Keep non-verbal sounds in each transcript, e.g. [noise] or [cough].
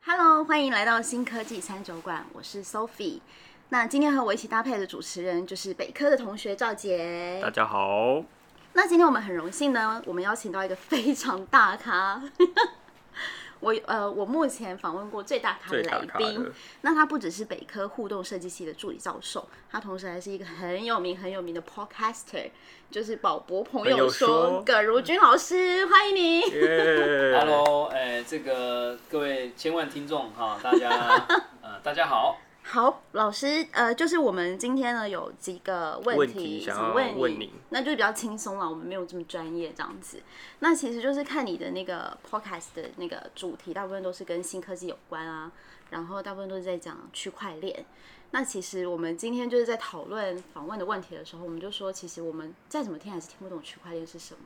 Hello，欢迎来到新科技餐酒馆，我是 Sophie。那今天和我一起搭配的主持人就是北科的同学赵大杰。家好，那今天我们很荣幸呢，我们邀请到一个非常大咖。 [laughs] 我呃，我目前访问过最大咖的最大来咖宾的，，那他不只是北科互动设计系的助理教授，他同时还是一个很有名很有名的 podcaster，就是宝博朋朋友友说说葛如君老师，欢迎你。耶 Hello，哎、这个各位千万听众哈，大家 [laughs] 呃大家好，好，老师，呃，就是我们今天呢有几个问问题想想要问问你那就比较轻松了，我们没有这么专业这样子。那其实就是看你的那个 podcast 的那个主题，大部分都是跟新科技有关啊，然后大部分都是在讲区块链。那其实我们今天就是在讨论访问的问题的时候，我们就说，其实我们再怎么听还是听不懂区块链是什么，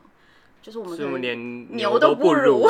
就是我们所以我可们能连牛都都不如，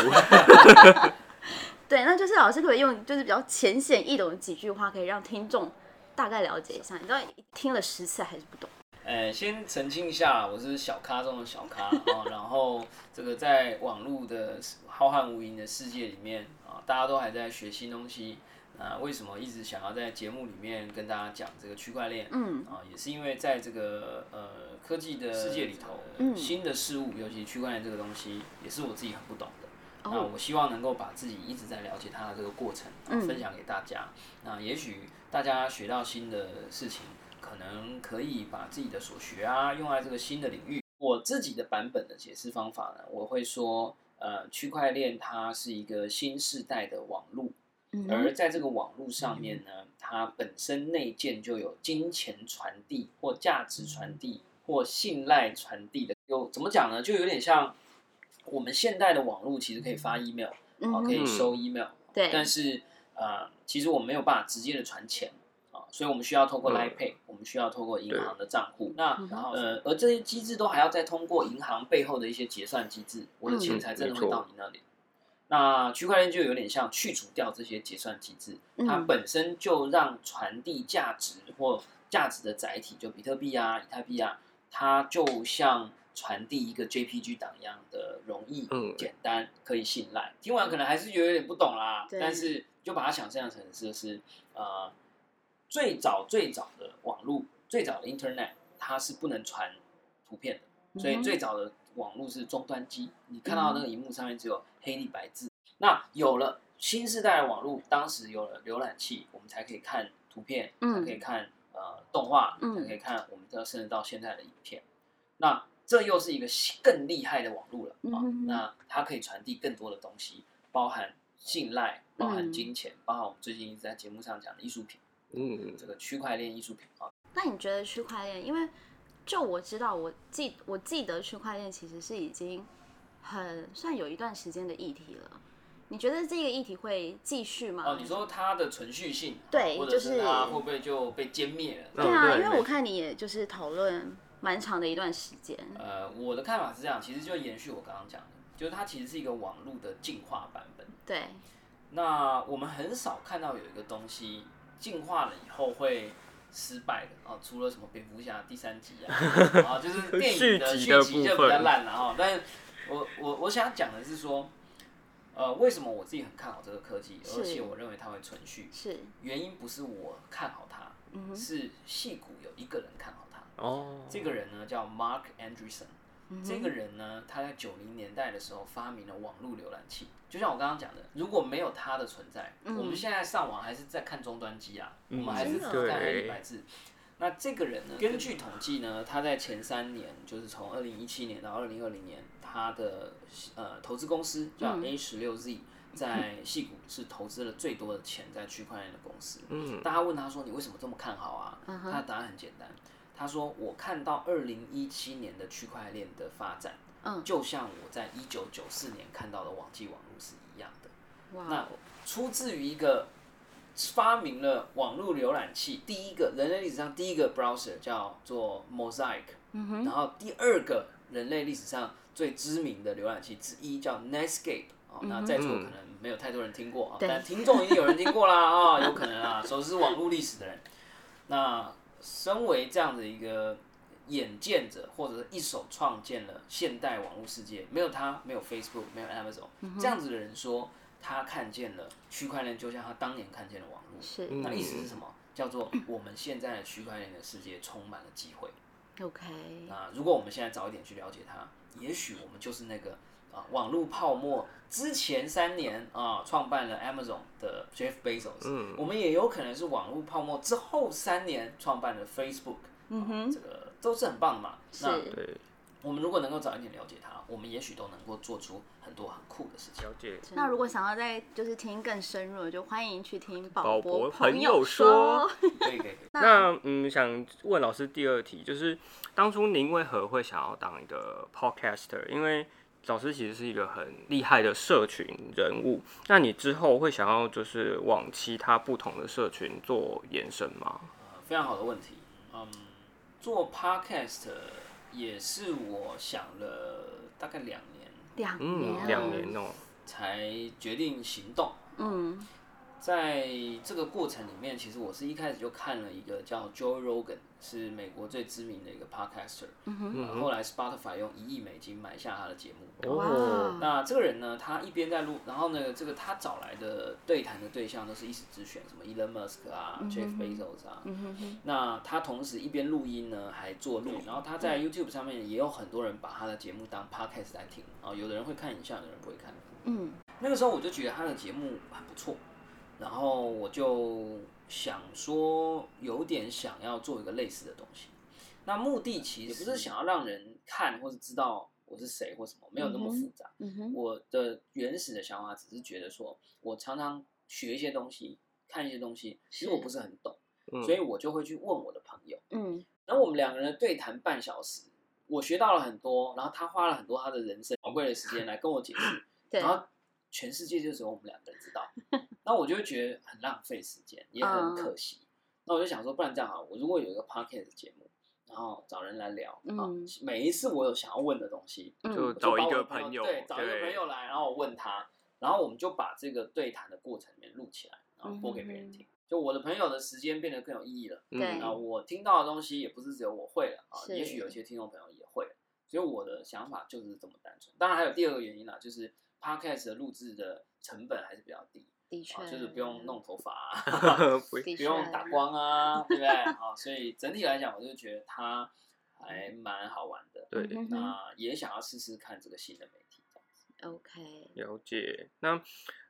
对，那就是老师可以用就是比较浅显易懂的几句话，可以让听众大概了解一下。你知道听了十次还是不懂。哎、先澄清一下，我是小咖中的小咖啊、哦然后这个在网络的浩瀚无垠的世界里面啊、大家都还在学新东西，那为什么一直想要在节目里面跟大家讲这个区块链？嗯啊，也是因为在这个呃科技的世界里头，嗯新的事物，尤其区块链这个东西，也是我自己很不懂的。哦那我希望能够把自己一直在了解它的这个过程，啊、分享给大家。那也许大家学到新的事情，可能可以把自己的所学啊用在这个新的领域。我自己的版本的解释方法呢，我会说，呃，区块链它是一个新时代的网络，嗯而在这个网络上面呢，它本身内建就有金钱传递或价值嗯传递或信赖传递的，有怎么讲呢？就有点像我们现代的网络，其实可以发 email，嗯啊，可以嗯收 email，对但是呃，其实我们没有办法直接的传钱啊，所以我们需要透过嗯 Line Pay，、我们需要透过银对行的账户。那嗯然后呃，而这些机制都还要再通过银行背后的一些结算机制，我的钱嗯才真的没会错到你那里。那区块链就有点像去除掉这些结算机制，它嗯本身就让传递价值或价值的载体，就比特币啊、以太币啊，它就像传递一个 JPG 档一样的容易、 [laughs] 嗯简单、可以信赖。听完可能还是觉得有点不懂啦，对但是就把它想象成是是呃最早最早的网络，最早的 Internet，它是不能传图片的，所嗯以哼最早的网络是终端机，你看到那个荧幕上面只有黑底白字。嗯那有了新时代的网络，当时有了浏览器，我们才可以看图片，嗯才可以看呃动画，嗯才可以看我们到甚至到现在的影片。那这又是一个新更厉害的网络了嗯啊、哼哼那它可以传递更多的东西，包含信赖，包嗯含金钱，包含我们最近一直在节目上讲的艺术品，嗯，这个区块链艺术品啊。那你觉得区块链？因为就我知道，我记我记得区块链其实是已经很算有一段时间的议题了。你觉得这个议题会继续吗？哦，你说它的存续性，啊对或者就是是它会不会就被歼灭了？那对啊，对因为没我看你也就是讨论蛮长的一段时间。呃，我的看法是这样，其实就延续我刚刚讲的，就是它其实是一个网络的进化版本。对，那我们很少看到有一个东西进化了以后会失败的啊，除了什么蝙蝠侠第三集啊，啊，就是电影 [laughs] 的续续集的集就部比分较烂了啊。但是我我我想讲的是说，呃，为什么我自己很看好这个科技，是而且我认为它会存续，是，原因不是我看好它，嗯哼，是戏骨有一个人看好它。哦，这个人呢叫 Mark Andreessen，、嗯哼这个人呢，他在九零年代的时候发明了网络浏览器。就像我刚刚讲的，如果没有他的存在，嗯我们现在上网还是在看终端机啊，嗯我们还是真的只在黑对白字。那这个人呢，根据统计呢，他在前三年，就是从二零一七年到二零二零年，他的呃投资公司叫嗯 A 十六 Z，在戏谷是投资了最多的钱在区块链的公司。嗯，大家问他说：“你为什么这么看好啊？”嗯哼他的答案很简单，他说：“我看到二零一七年的区块链的发展，嗯，就像我在一九九四年看到的网际网络是一样的。哇那，出自于一个发明了网络浏览器第一个人类历史上第一个 browser 叫做 Mosaic，、嗯哼，然后第二个人类历史上最知名的浏览器之一叫 Netscape。哦，嗯那在座可能没有太多人听过啊，对但听众一定有人听过 [laughs] 啦啊、有可能啊，熟知网络历史的人。那身为这样的一个眼见者，或者是一手嗯创建了现代网络世界，没有他，没有 Facebook，没有 Amazon，、这样子的人说，他看见了区块链，就像他当年看见了网络。是那意思是什么？叫做我们现在的区块链的世界充满了机会。 OK，那如果我们现在早一点去了解它，也许我们就是那个啊网络泡沫之前三年啊创办了 Amazon 的 Jeff Bezos，嗯，我们也有可能是网络泡沫之后三年创办了 Facebook，嗯哼，这个都是很棒的嘛。那是对，我们如果能够早一点了解它，我们也许都能够做出很多很酷的事 [laughs] 情。了解。那如果想要再就是听更深入的，就欢迎去听宝宝博博朋友友说说。可以可以可以。那嗯，想问老师第二题，就是当初您为何会想要当一个 podcaster？因为老师其实是一个很厉害的社群人物，那你之后会想要就是往其他不同的社群做延伸吗？呃非常好的问题。嗯，做 podcast 也是我想了大概两年两年嗯，了，两年哦、才决定行动。嗯，在这个过程里面，其实我是一开始就看了一个叫 Joe Rogan，是美国最知名的一个 podcaster，、呃、后来 Spotify 用一亿美金买下他的节目。哇，那这个人呢，他一边在录，然后呢，这个他找来的对谈的对象都是一时之选，什么 Elon Musk 啊、Jeff Bezos 啊。那他同时一边录音呢，还做录，然后他在 YouTube 上面也有很多人把他的节目当 podcast 来听啊、有的人会看影像，有的人不会看。嗯，那个时候我就觉得他的节目很不错，然后我就想说，有点想要做一个类似的东西。那目的其实也不是想要让人看或是知道我是谁或什么，没有那么复杂。嗯哼，我的原始的想法只是觉得说，我常常学一些东西，看一些东西，其实我不是很懂，嗯所以我就会去问我的朋友。嗯，然后我们两个人的对谈半小时，我学到了很多，然后他花了很多他的人生宝贵的时间来跟我解释。对然，后全世界就只有我们两个人知道， [laughs] 那我就会觉得很浪费时间，也嗯很可惜。那我就想说，不然这样好了，我如果有一个 podcast 节目，然后找人来聊、啊嗯，每一次我有想要问的东西，就嗯，我找把一我个的朋友，对，找一个对朋友来，然后我问他，然后我们就把这个对谈的过程里面录起来，然后播嗯给别人听。就我的朋友的时间变得更有意义了，嗯对那我听到的东西也不是只有我会了啊，是也许有些听众朋友也会了，所以我的想法就是这么单纯。当然还有第二个原因啦，就是 podcast 的录制的成本还是比较低的确啊，，就是不用，弄头发、啊， [laughs] [laughs] 不的不确，用打光啊，对不对？啊，所以整体来讲，我就觉得它还蛮好玩的。对，嗯哼那也想要试试看这个新的媒体。这样子，OK，了解。那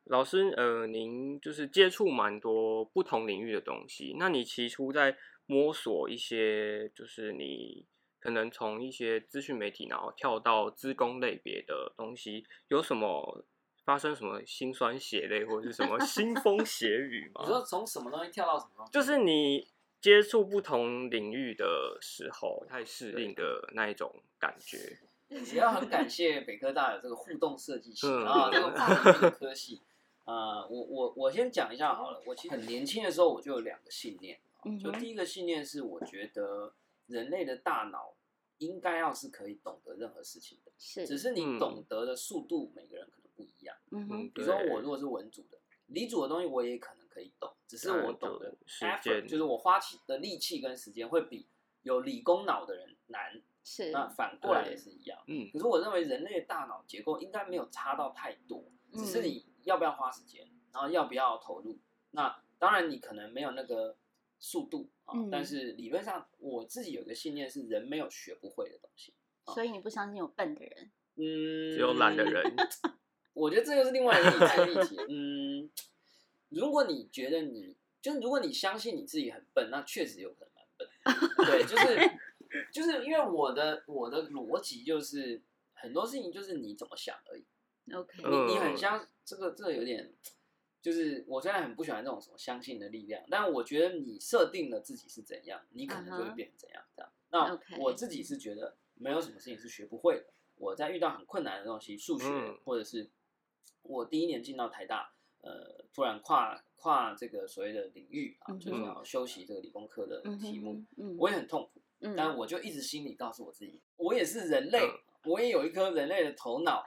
老师，呃，您就是接触蛮多不同领域的东西，那你起初在摸索一些，就是你可能从一些资讯媒体，然后跳到资工类别的东西，有什么发生什么辛酸血泪，或者是什么腥风血雨 [laughs] 啊你说吗？从什么东西跳到什么东西？就是你接触不同领域的时候，太适应的那一种感觉。嗯也要很感谢北科大有这个互动设计系嗯啊，这个跨领域的科系。啊、我我我先讲一下好了。我其实很年轻的时候，我就有两个信念，啊嗯就哼，第一个信念是，我觉得人类的大脑应该要是可以懂得任何事情的，只是，是你嗯懂得的速度，每个人可能不一样。嗯哼，比如说对我如果是文组的，理组的东西我也可能可以懂，只是当然我懂就的时 effort，间就是我花起的力气跟时间会比有理工脑的人难。是，那啊反过来对也是一样。嗯，可是我认为人类的大脑结构应该没有差到太多，嗯只是你要不要花时间，然后要不要投入。那当然你可能没有那个速度啊，嗯但是理论上我自己有一个信念是人没有学不会的东西。所以你不相信有笨的人，嗯，只有懒的人，我觉得这又是另外一个议题议题。嗯，如果你觉得你，就是如果你相信你自己很笨，那确实有可能蛮笨。对，就是就是因为我的我的逻辑就是很多事情就是你怎么想而已。 ，OK，嗯你你很相这个这个有点，就是我虽然很不喜欢这种什么相信的力量，但我觉得你设定了自己是怎样，你可能就嗯会哼变成怎样这样。那 OK 我自己是觉得没有什么事情是学不会的。我在遇到很困难的东西，数学、嗯或者是我第一年进到台大，呃，突然跨跨这个所谓的领域啊，嗯哼就是要修习这个理工科的嗯哼题目，，嗯，我也很痛苦。嗯，但我就一直心里告诉我自己，我也是人类嗯，我也有一颗人类的头脑，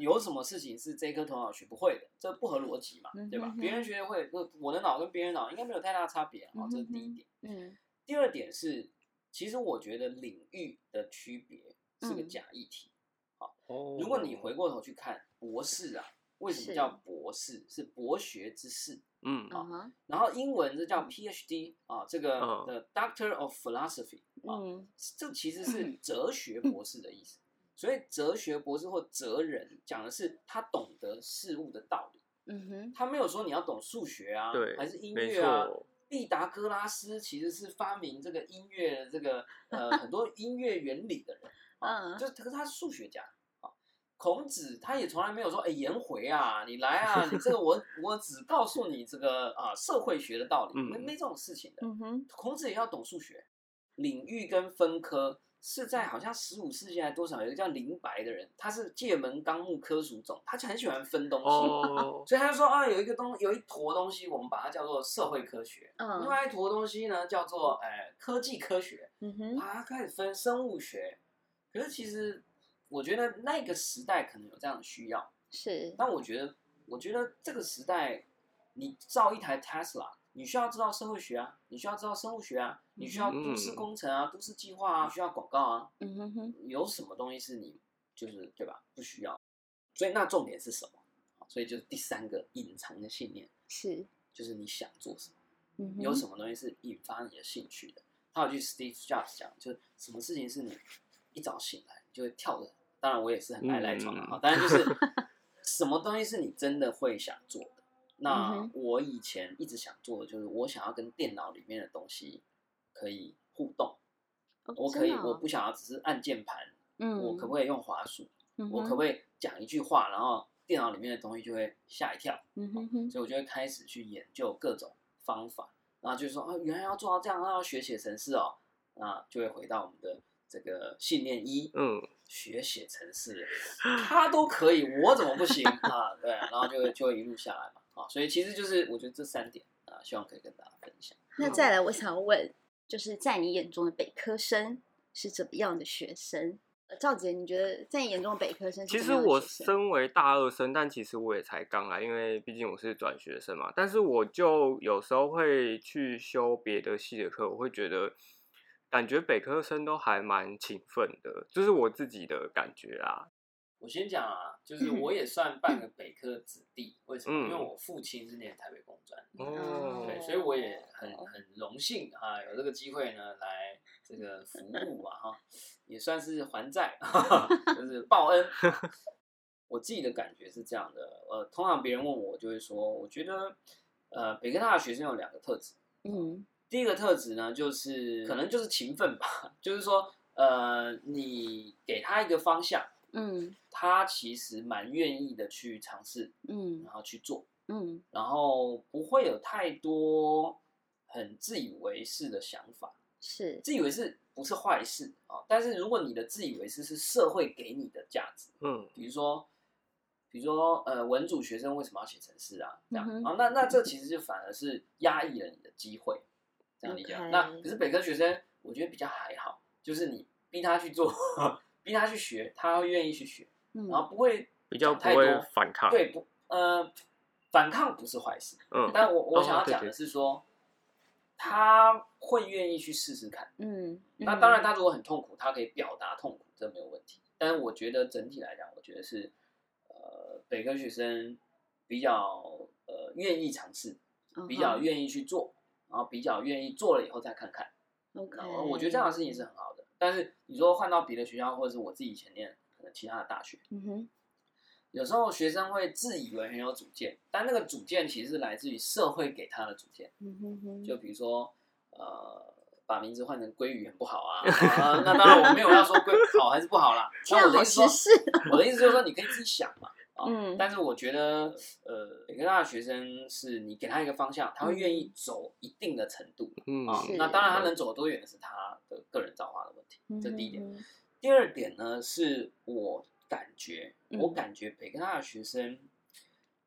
有什么事情是这颗头脑学不会的？这不合逻辑嘛嗯，对吧哼？别人学得会，我我的脑跟别人脑应该没有太大差别啊。嗯哦这是第一点。嗯，第二点是，其实我觉得领域的区别是个嗯假议题。哦如果你回过头去看博士啊，为什么是叫博士？是博学之士。嗯嗯哼，然后英文这嗯叫 PhD 啊，这个嗯的 Doctor of Philosophy 啊，嗯这其实嗯是哲学博士的意思。所以哲学博士或哲人讲的是他懂得事物的道理，嗯哼，他没有说你要懂数学啊，对还是音没乐啊。错，毕达哥拉斯其实是发明这个音乐的这个呃很多音乐原 [laughs] 理的人啊，嗯就是可是他是数学家啊。孔子他也从来没有说，哎、颜回啊，你来啊，你这 [laughs] 个我我只告诉你这个啊社会学的道理，嗯没没这种事情的。嗯哼，孔子也要懂数学，领域跟分科是嗯在好像十五世纪还多少有一个叫林白的人，他是界门纲目科属种，他很喜欢分东西。 [laughs] 哦，所以他就说啊，有一个东，有一坨东西，我们把它叫做社会科学；另嗯外一坨东西呢，叫做呃科技科学。嗯哼，啊，它开始分生物学。可是其实我觉得那个时代可能有这样的需要，是，但我觉得，我觉得这个时代，你造一台 Tesla，你需要知道社会学啊，你需要知道生物学啊，你需要都市工程啊、都市计划啊，你需要广告啊，嗯哼哼，有什么东西是你就是对吧？不需要，所以那重点是什么？所以就是第三个隐藏的信念，是，就是你想做什么，嗯哼，有什么东西是引发你的兴趣的。他有句 Steve Jobs 讲，就是什么事情是你一早醒来你就会跳的。当然我也是很爱赖床的嗯哈，当然就是 [laughs] 什么东西是你真的会想做的。那嗯哼我以前一直想做的就是，我想要跟电脑里面的东西可以互动，哦我可以，真的哦我不想要只是按键盘，嗯，我可不可以用滑鼠？嗯我哼可不可以讲一句话，然后电脑里面的东西就会吓一跳，嗯哼哼，所以我就会开始去研究各种方法，然后就说啊，原来要做到这样，那要学写程式哦，那就会回到我们的这个信念一，嗯，学写程式，他都可以，我怎么不行啊？对，然后就会就会一路下来嘛，啊，所以其实就是我觉得这三点啊，希望可以跟大家分享。那再来，我想要问，就是在你眼中的北科生是怎么样的学生？呃赵姐，你觉得在你眼中的北科生其是实怎么样我的学生？身为大二生，但其实我也才刚来，因为毕竟我是转学生嘛。但是我就有时候会去修别的系的课，我会觉得感觉北科生都还蛮勤奋的，就是我自己的感觉啊啦。我先讲啊，就是我也算半个北科子弟，为什嗯么？因为我父亲是念台北工专，哦对，所以我也很很荣幸啊，有这个机会呢来这个服务啊，哈，也算是还债， [laughs] 就是报恩。我自己的感觉是这样的，呃，通常别人问我，我就会说，我觉得，呃，北科大的学生有两个特质，嗯第一个特质呢，就是可能就是勤奋吧， [laughs] 就是说，呃，你给他一个方向，嗯他其实蛮愿意的去尝试，嗯然后去做，嗯然后不会有太多很自以为是的想法。是自以为是不是坏事啊、但是如果你的自以为是是社会给你的价值，嗯，比如说，比如说，呃，文组学生为什么要写程式啊？这样啊、嗯哼那那这其实就反而是压抑了你的机会，这样理解吗。 OK 那可是北科学生，我觉得比较还好，就是你逼他去做， [laughs] 逼他去学，他会愿意去学，嗯然后不会比较讲不太多会反抗。对不呃反抗不是坏事，嗯，但我我哦想要对讲对的是说，他会愿意去试试看。嗯，那嗯当然，他如果很痛苦，他可以表达痛苦，这没有问题。但是我觉得整体来讲，我觉得是呃，北科学生比较呃愿意尝试，嗯比较愿意去做，然后比较愿意做了以后再看看。嗯哼然 OK，后呃我觉得这样的事情是很好的。但是你说换到别的学校，或者是我自己以前念可能其他的大学，嗯哼有时候学生会自以为很有主见，但那个主见其实是来自于社会给他的主见。嗯哼哼，就比如说，呃，把名字换成鲑鱼很不好 [laughs] 啊。啊那当然我没有要说鲑好还是不好啦。这那样我的好意思说时，事，哦我的意思就是说，你可以自己想嘛。啊、嗯但是我觉得，呃，北科大的学生是你给他一个方向，他会愿意走一定的程度嗯啊、是那当然，他能走得多远是他的个人造化的问题，这第一点。嗯哼第二点呢，是我感觉，嗯我感觉北科大的学生，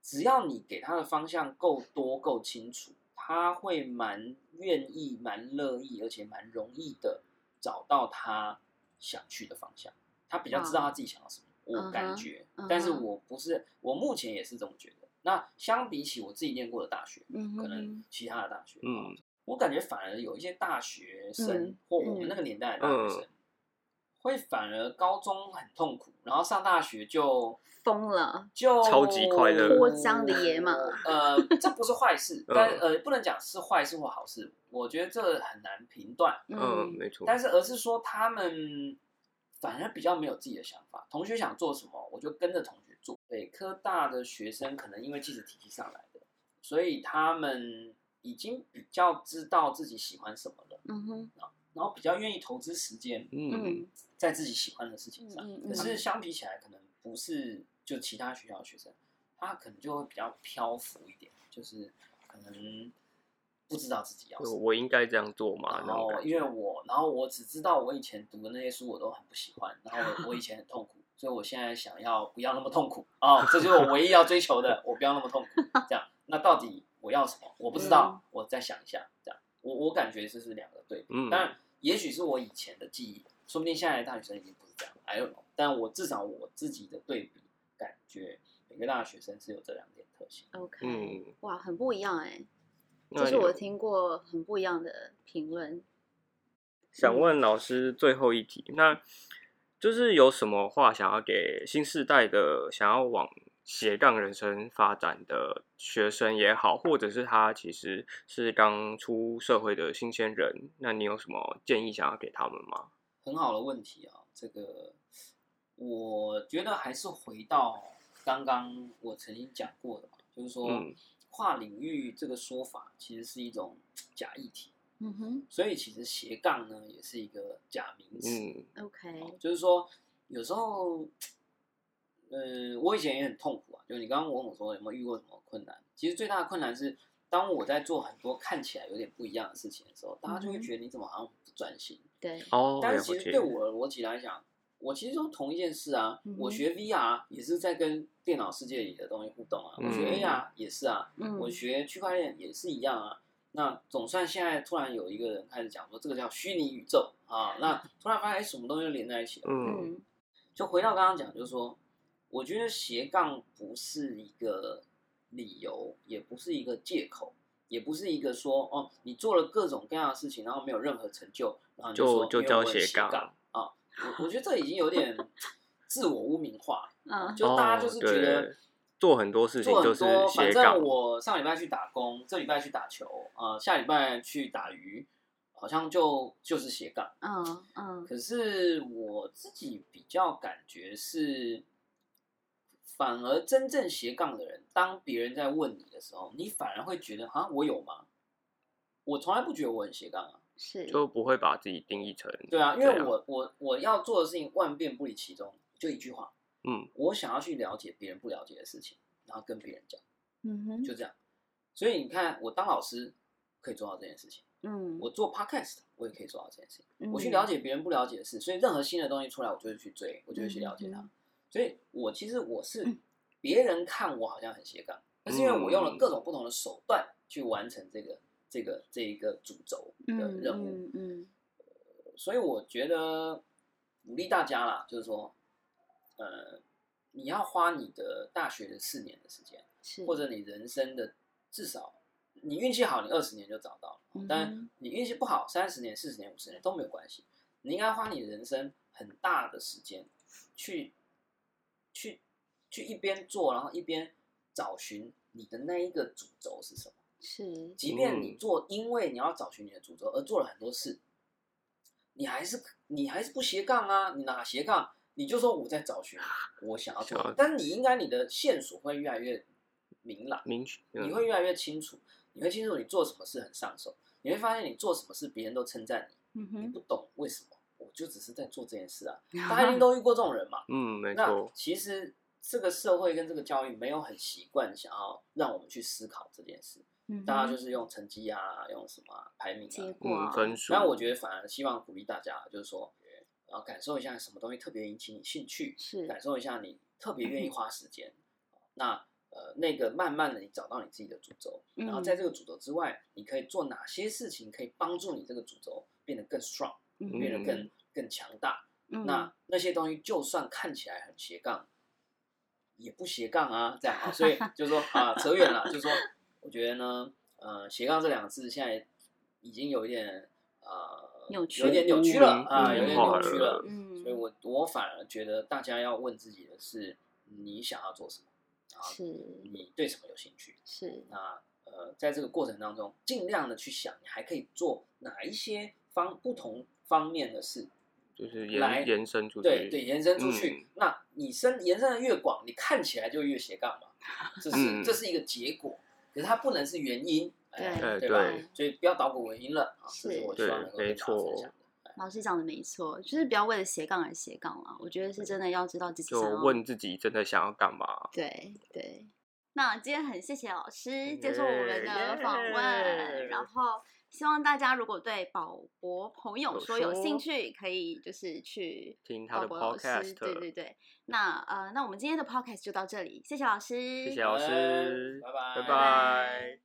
只要你给他的方向够多、够清楚，他会蛮愿意、蛮乐意，而且蛮容易的找到他想去的方向。他比较知道他自己想要什么，我感觉嗯啊哼但是我不是，我目前也是这么觉得。那相比起我自己念过的大学，嗯哼可能其他的大学，啊嗯我感觉反而有一些大学生、嗯嗯或我们那个年代的大学生，会反而高中很痛苦，然后上大学就疯了，就超级快乐嗯脱缰的野马。 [laughs] 呃，这不是坏事，但呃，不能讲是坏事或好事，我觉得这很难评断。嗯，没错，但是而是说他们反而比较没有自己的想法，同学想做什么，我就跟着同学做。北科大的学生可能因为技职体系上来的，所以他们已经比较知道自己喜欢什么了，嗯哼，然后比较愿意投资时间嗯，嗯在自己喜欢的事情上嗯嗯。嗯可是相比起来，可能不是就其他学校的学生，他可能就会比较漂浮一点，就是可能不知道自己要什我么。我应该这样做嘛？然啊那种后感觉哦因为我，然后我只知道我以前读的那些书我都很不喜欢，然后我我以前很痛苦，所以我现在想要不要那么痛苦啊、这就是我唯一要追求的，我不要那么痛苦。这样，那到底我要什么？我不知道，我再想一下。这样，我我感觉这是两个对比，嗯，当然也许是我以前的记忆，说不定现在的大学生已经不是这样，I don't know。但我至少我自己的对比感觉，每个大学生是有这两点特性。 ，OK，、嗯，哇，很不一样哎、那这是我有听过很不一样的评论。嗯想问老师最后一题，那就是有什么话想要给新时代的想要往斜杠人生发展的学生也好，或者是他其实是刚出社会的新鲜人，那你有什么建议想要给他们吗？很好的问题啊、这个我觉得还是回到刚刚我曾经讲过的嘛，就是说、嗯跨领域这个说法其实是一种假议题，嗯哼所以其实斜杠呢也是一个假名词。嗯，OK，就是说有时候，呃，我以前也很痛苦啊。就是你刚刚问我说有没有遇过什么困难，其实最大的困难是，当我在做很多看起来有点不一样的事情的时候，大家就会嗯哼觉得你怎么好像不专心。对，哦，但了是其实对解，我的逻辑来讲，我其实都同一件事啊。嗯哼我学 VR 也是在跟电脑世界里的东西互动啊，我学嗯 AR 也是啊，嗯，我学区块链也是一样啊。那总算现在突然有一个人开始讲说这个叫虚拟宇宙啊，那突然发现哎什么东西都连在一起了。嗯嗯就回到刚刚讲，就是说，我觉得斜杠不是一个理由，也不是一个借口，也不是一个说哦，你做了各种各样的事情，然后没有任何成就，然后你说就就因为我叫很斜杠杠。啊。我我觉得这已经有点自我污名化，嗯就大家就是觉哦得对做很多事情做就很是多，斜反杠正，我上礼拜去打工，这礼拜去打球，啊，下礼拜去打鱼，好像就就是斜杠。嗯嗯可是我自己比较感觉是，反而真正斜杠的人，当别人在问你的时候，你反而会觉得啊，我有吗？我从来不觉得我很斜杠啊。是，就不会把自己定义成对啊，因这为样我我我要做的事情万变不离其宗，就一句话，嗯，我想要去了解别人不了解的事情，然后跟别人讲，嗯哼，就这样。所以你看，我当老师可以做到这件事情，嗯，我做 podcast 我也可以做到这件事情。我去嗯了解别人不了解的事，所以任何新的东西出来，我就会去追，我就会去了解它。嗯所以我其实我是嗯别人看我好像很斜杠，但是因为我用了嗯各种不同的手段去完成这个这个这一个主轴的嗯任务，嗯嗯所以我觉得鼓励大家啦，就是说，呃，你要花你的大学的四年的时间，是，或者你人生的至少。你运气好，你二十年就找到了。嗯但哼你运气不好，三十年、四十年、五十年都没有关系。你应该花你人生很大的时间去去去一边做，然后一边找寻你的那一个主轴是什么。是，即便你嗯做，因为你要找寻你的主轴而做了很多事，你还是你还是不斜杠啊？你哪斜杠？你就说我在找寻我想要做想的要，但你应该你的线索会越来越明朗。明确，你嗯会越来越清楚，你会清楚你做什么事很上手，你会发现你做什么事别人都称赞嗯你，你哼，不懂为什么，我就只是在做这件 [laughs] 事啊。大家一定都遇过这种人嘛。嗯，没那错，其实这个社会跟这个教育没有很习惯想要让我们去思考这件事，嗯大家就是是用成绩啊，用什么啊、排名结啊。果嗯，啊，分数，但我觉得反而希望鼓励大家，就是说，然后感受一下什么东西特别引起你兴趣，是，嗯感受一下你特别愿意花时间。那呃，那个慢慢的你找到你自己的主轴，然后嗯在这个主轴之外，你可以做哪些事情可以帮助你这个主轴变得更 strong，嗯变得哼更更强大。嗯那那些东西就算看起来很斜杠，也不斜杠啊，这样 [laughs] 啊。所以就是说啊，扯远了，就是说，我觉得呢，呃，斜杠这两个字现在已经有一点呃扭曲有点扭曲了嗯啊，有点扭曲了。嗯所以我我反而觉得大家要问自己的是，你想要做什么，然后是你对什么有兴趣。是啊那呃，在这个过程当中，尽量的去想，你还可以做哪一些方不同方面的事，就是来延延伸出去，对对，延伸出嗯。去那你伸延伸的越广，你看起来就越斜杠嘛，这是嗯这是一个结果，可是它不能是原因，哎对对吧？对，所以不要捣鼓原因了啊，这是是我希望能够对跟大家没错分享的。老师讲的没错，就是不要为了斜杠而斜杠了。我觉得是真的要知道自己就想要。问自己真的想要干嘛。对对。那今天很谢谢老师接受我们的访问哎耶然后希望大家如果对宝博朋友有说有说兴趣，可以就是去听他的宝博老师 podcast 对对对，那呃，那我们今天的 podcast 就到这里，谢谢老师，谢谢老师，拜拜拜拜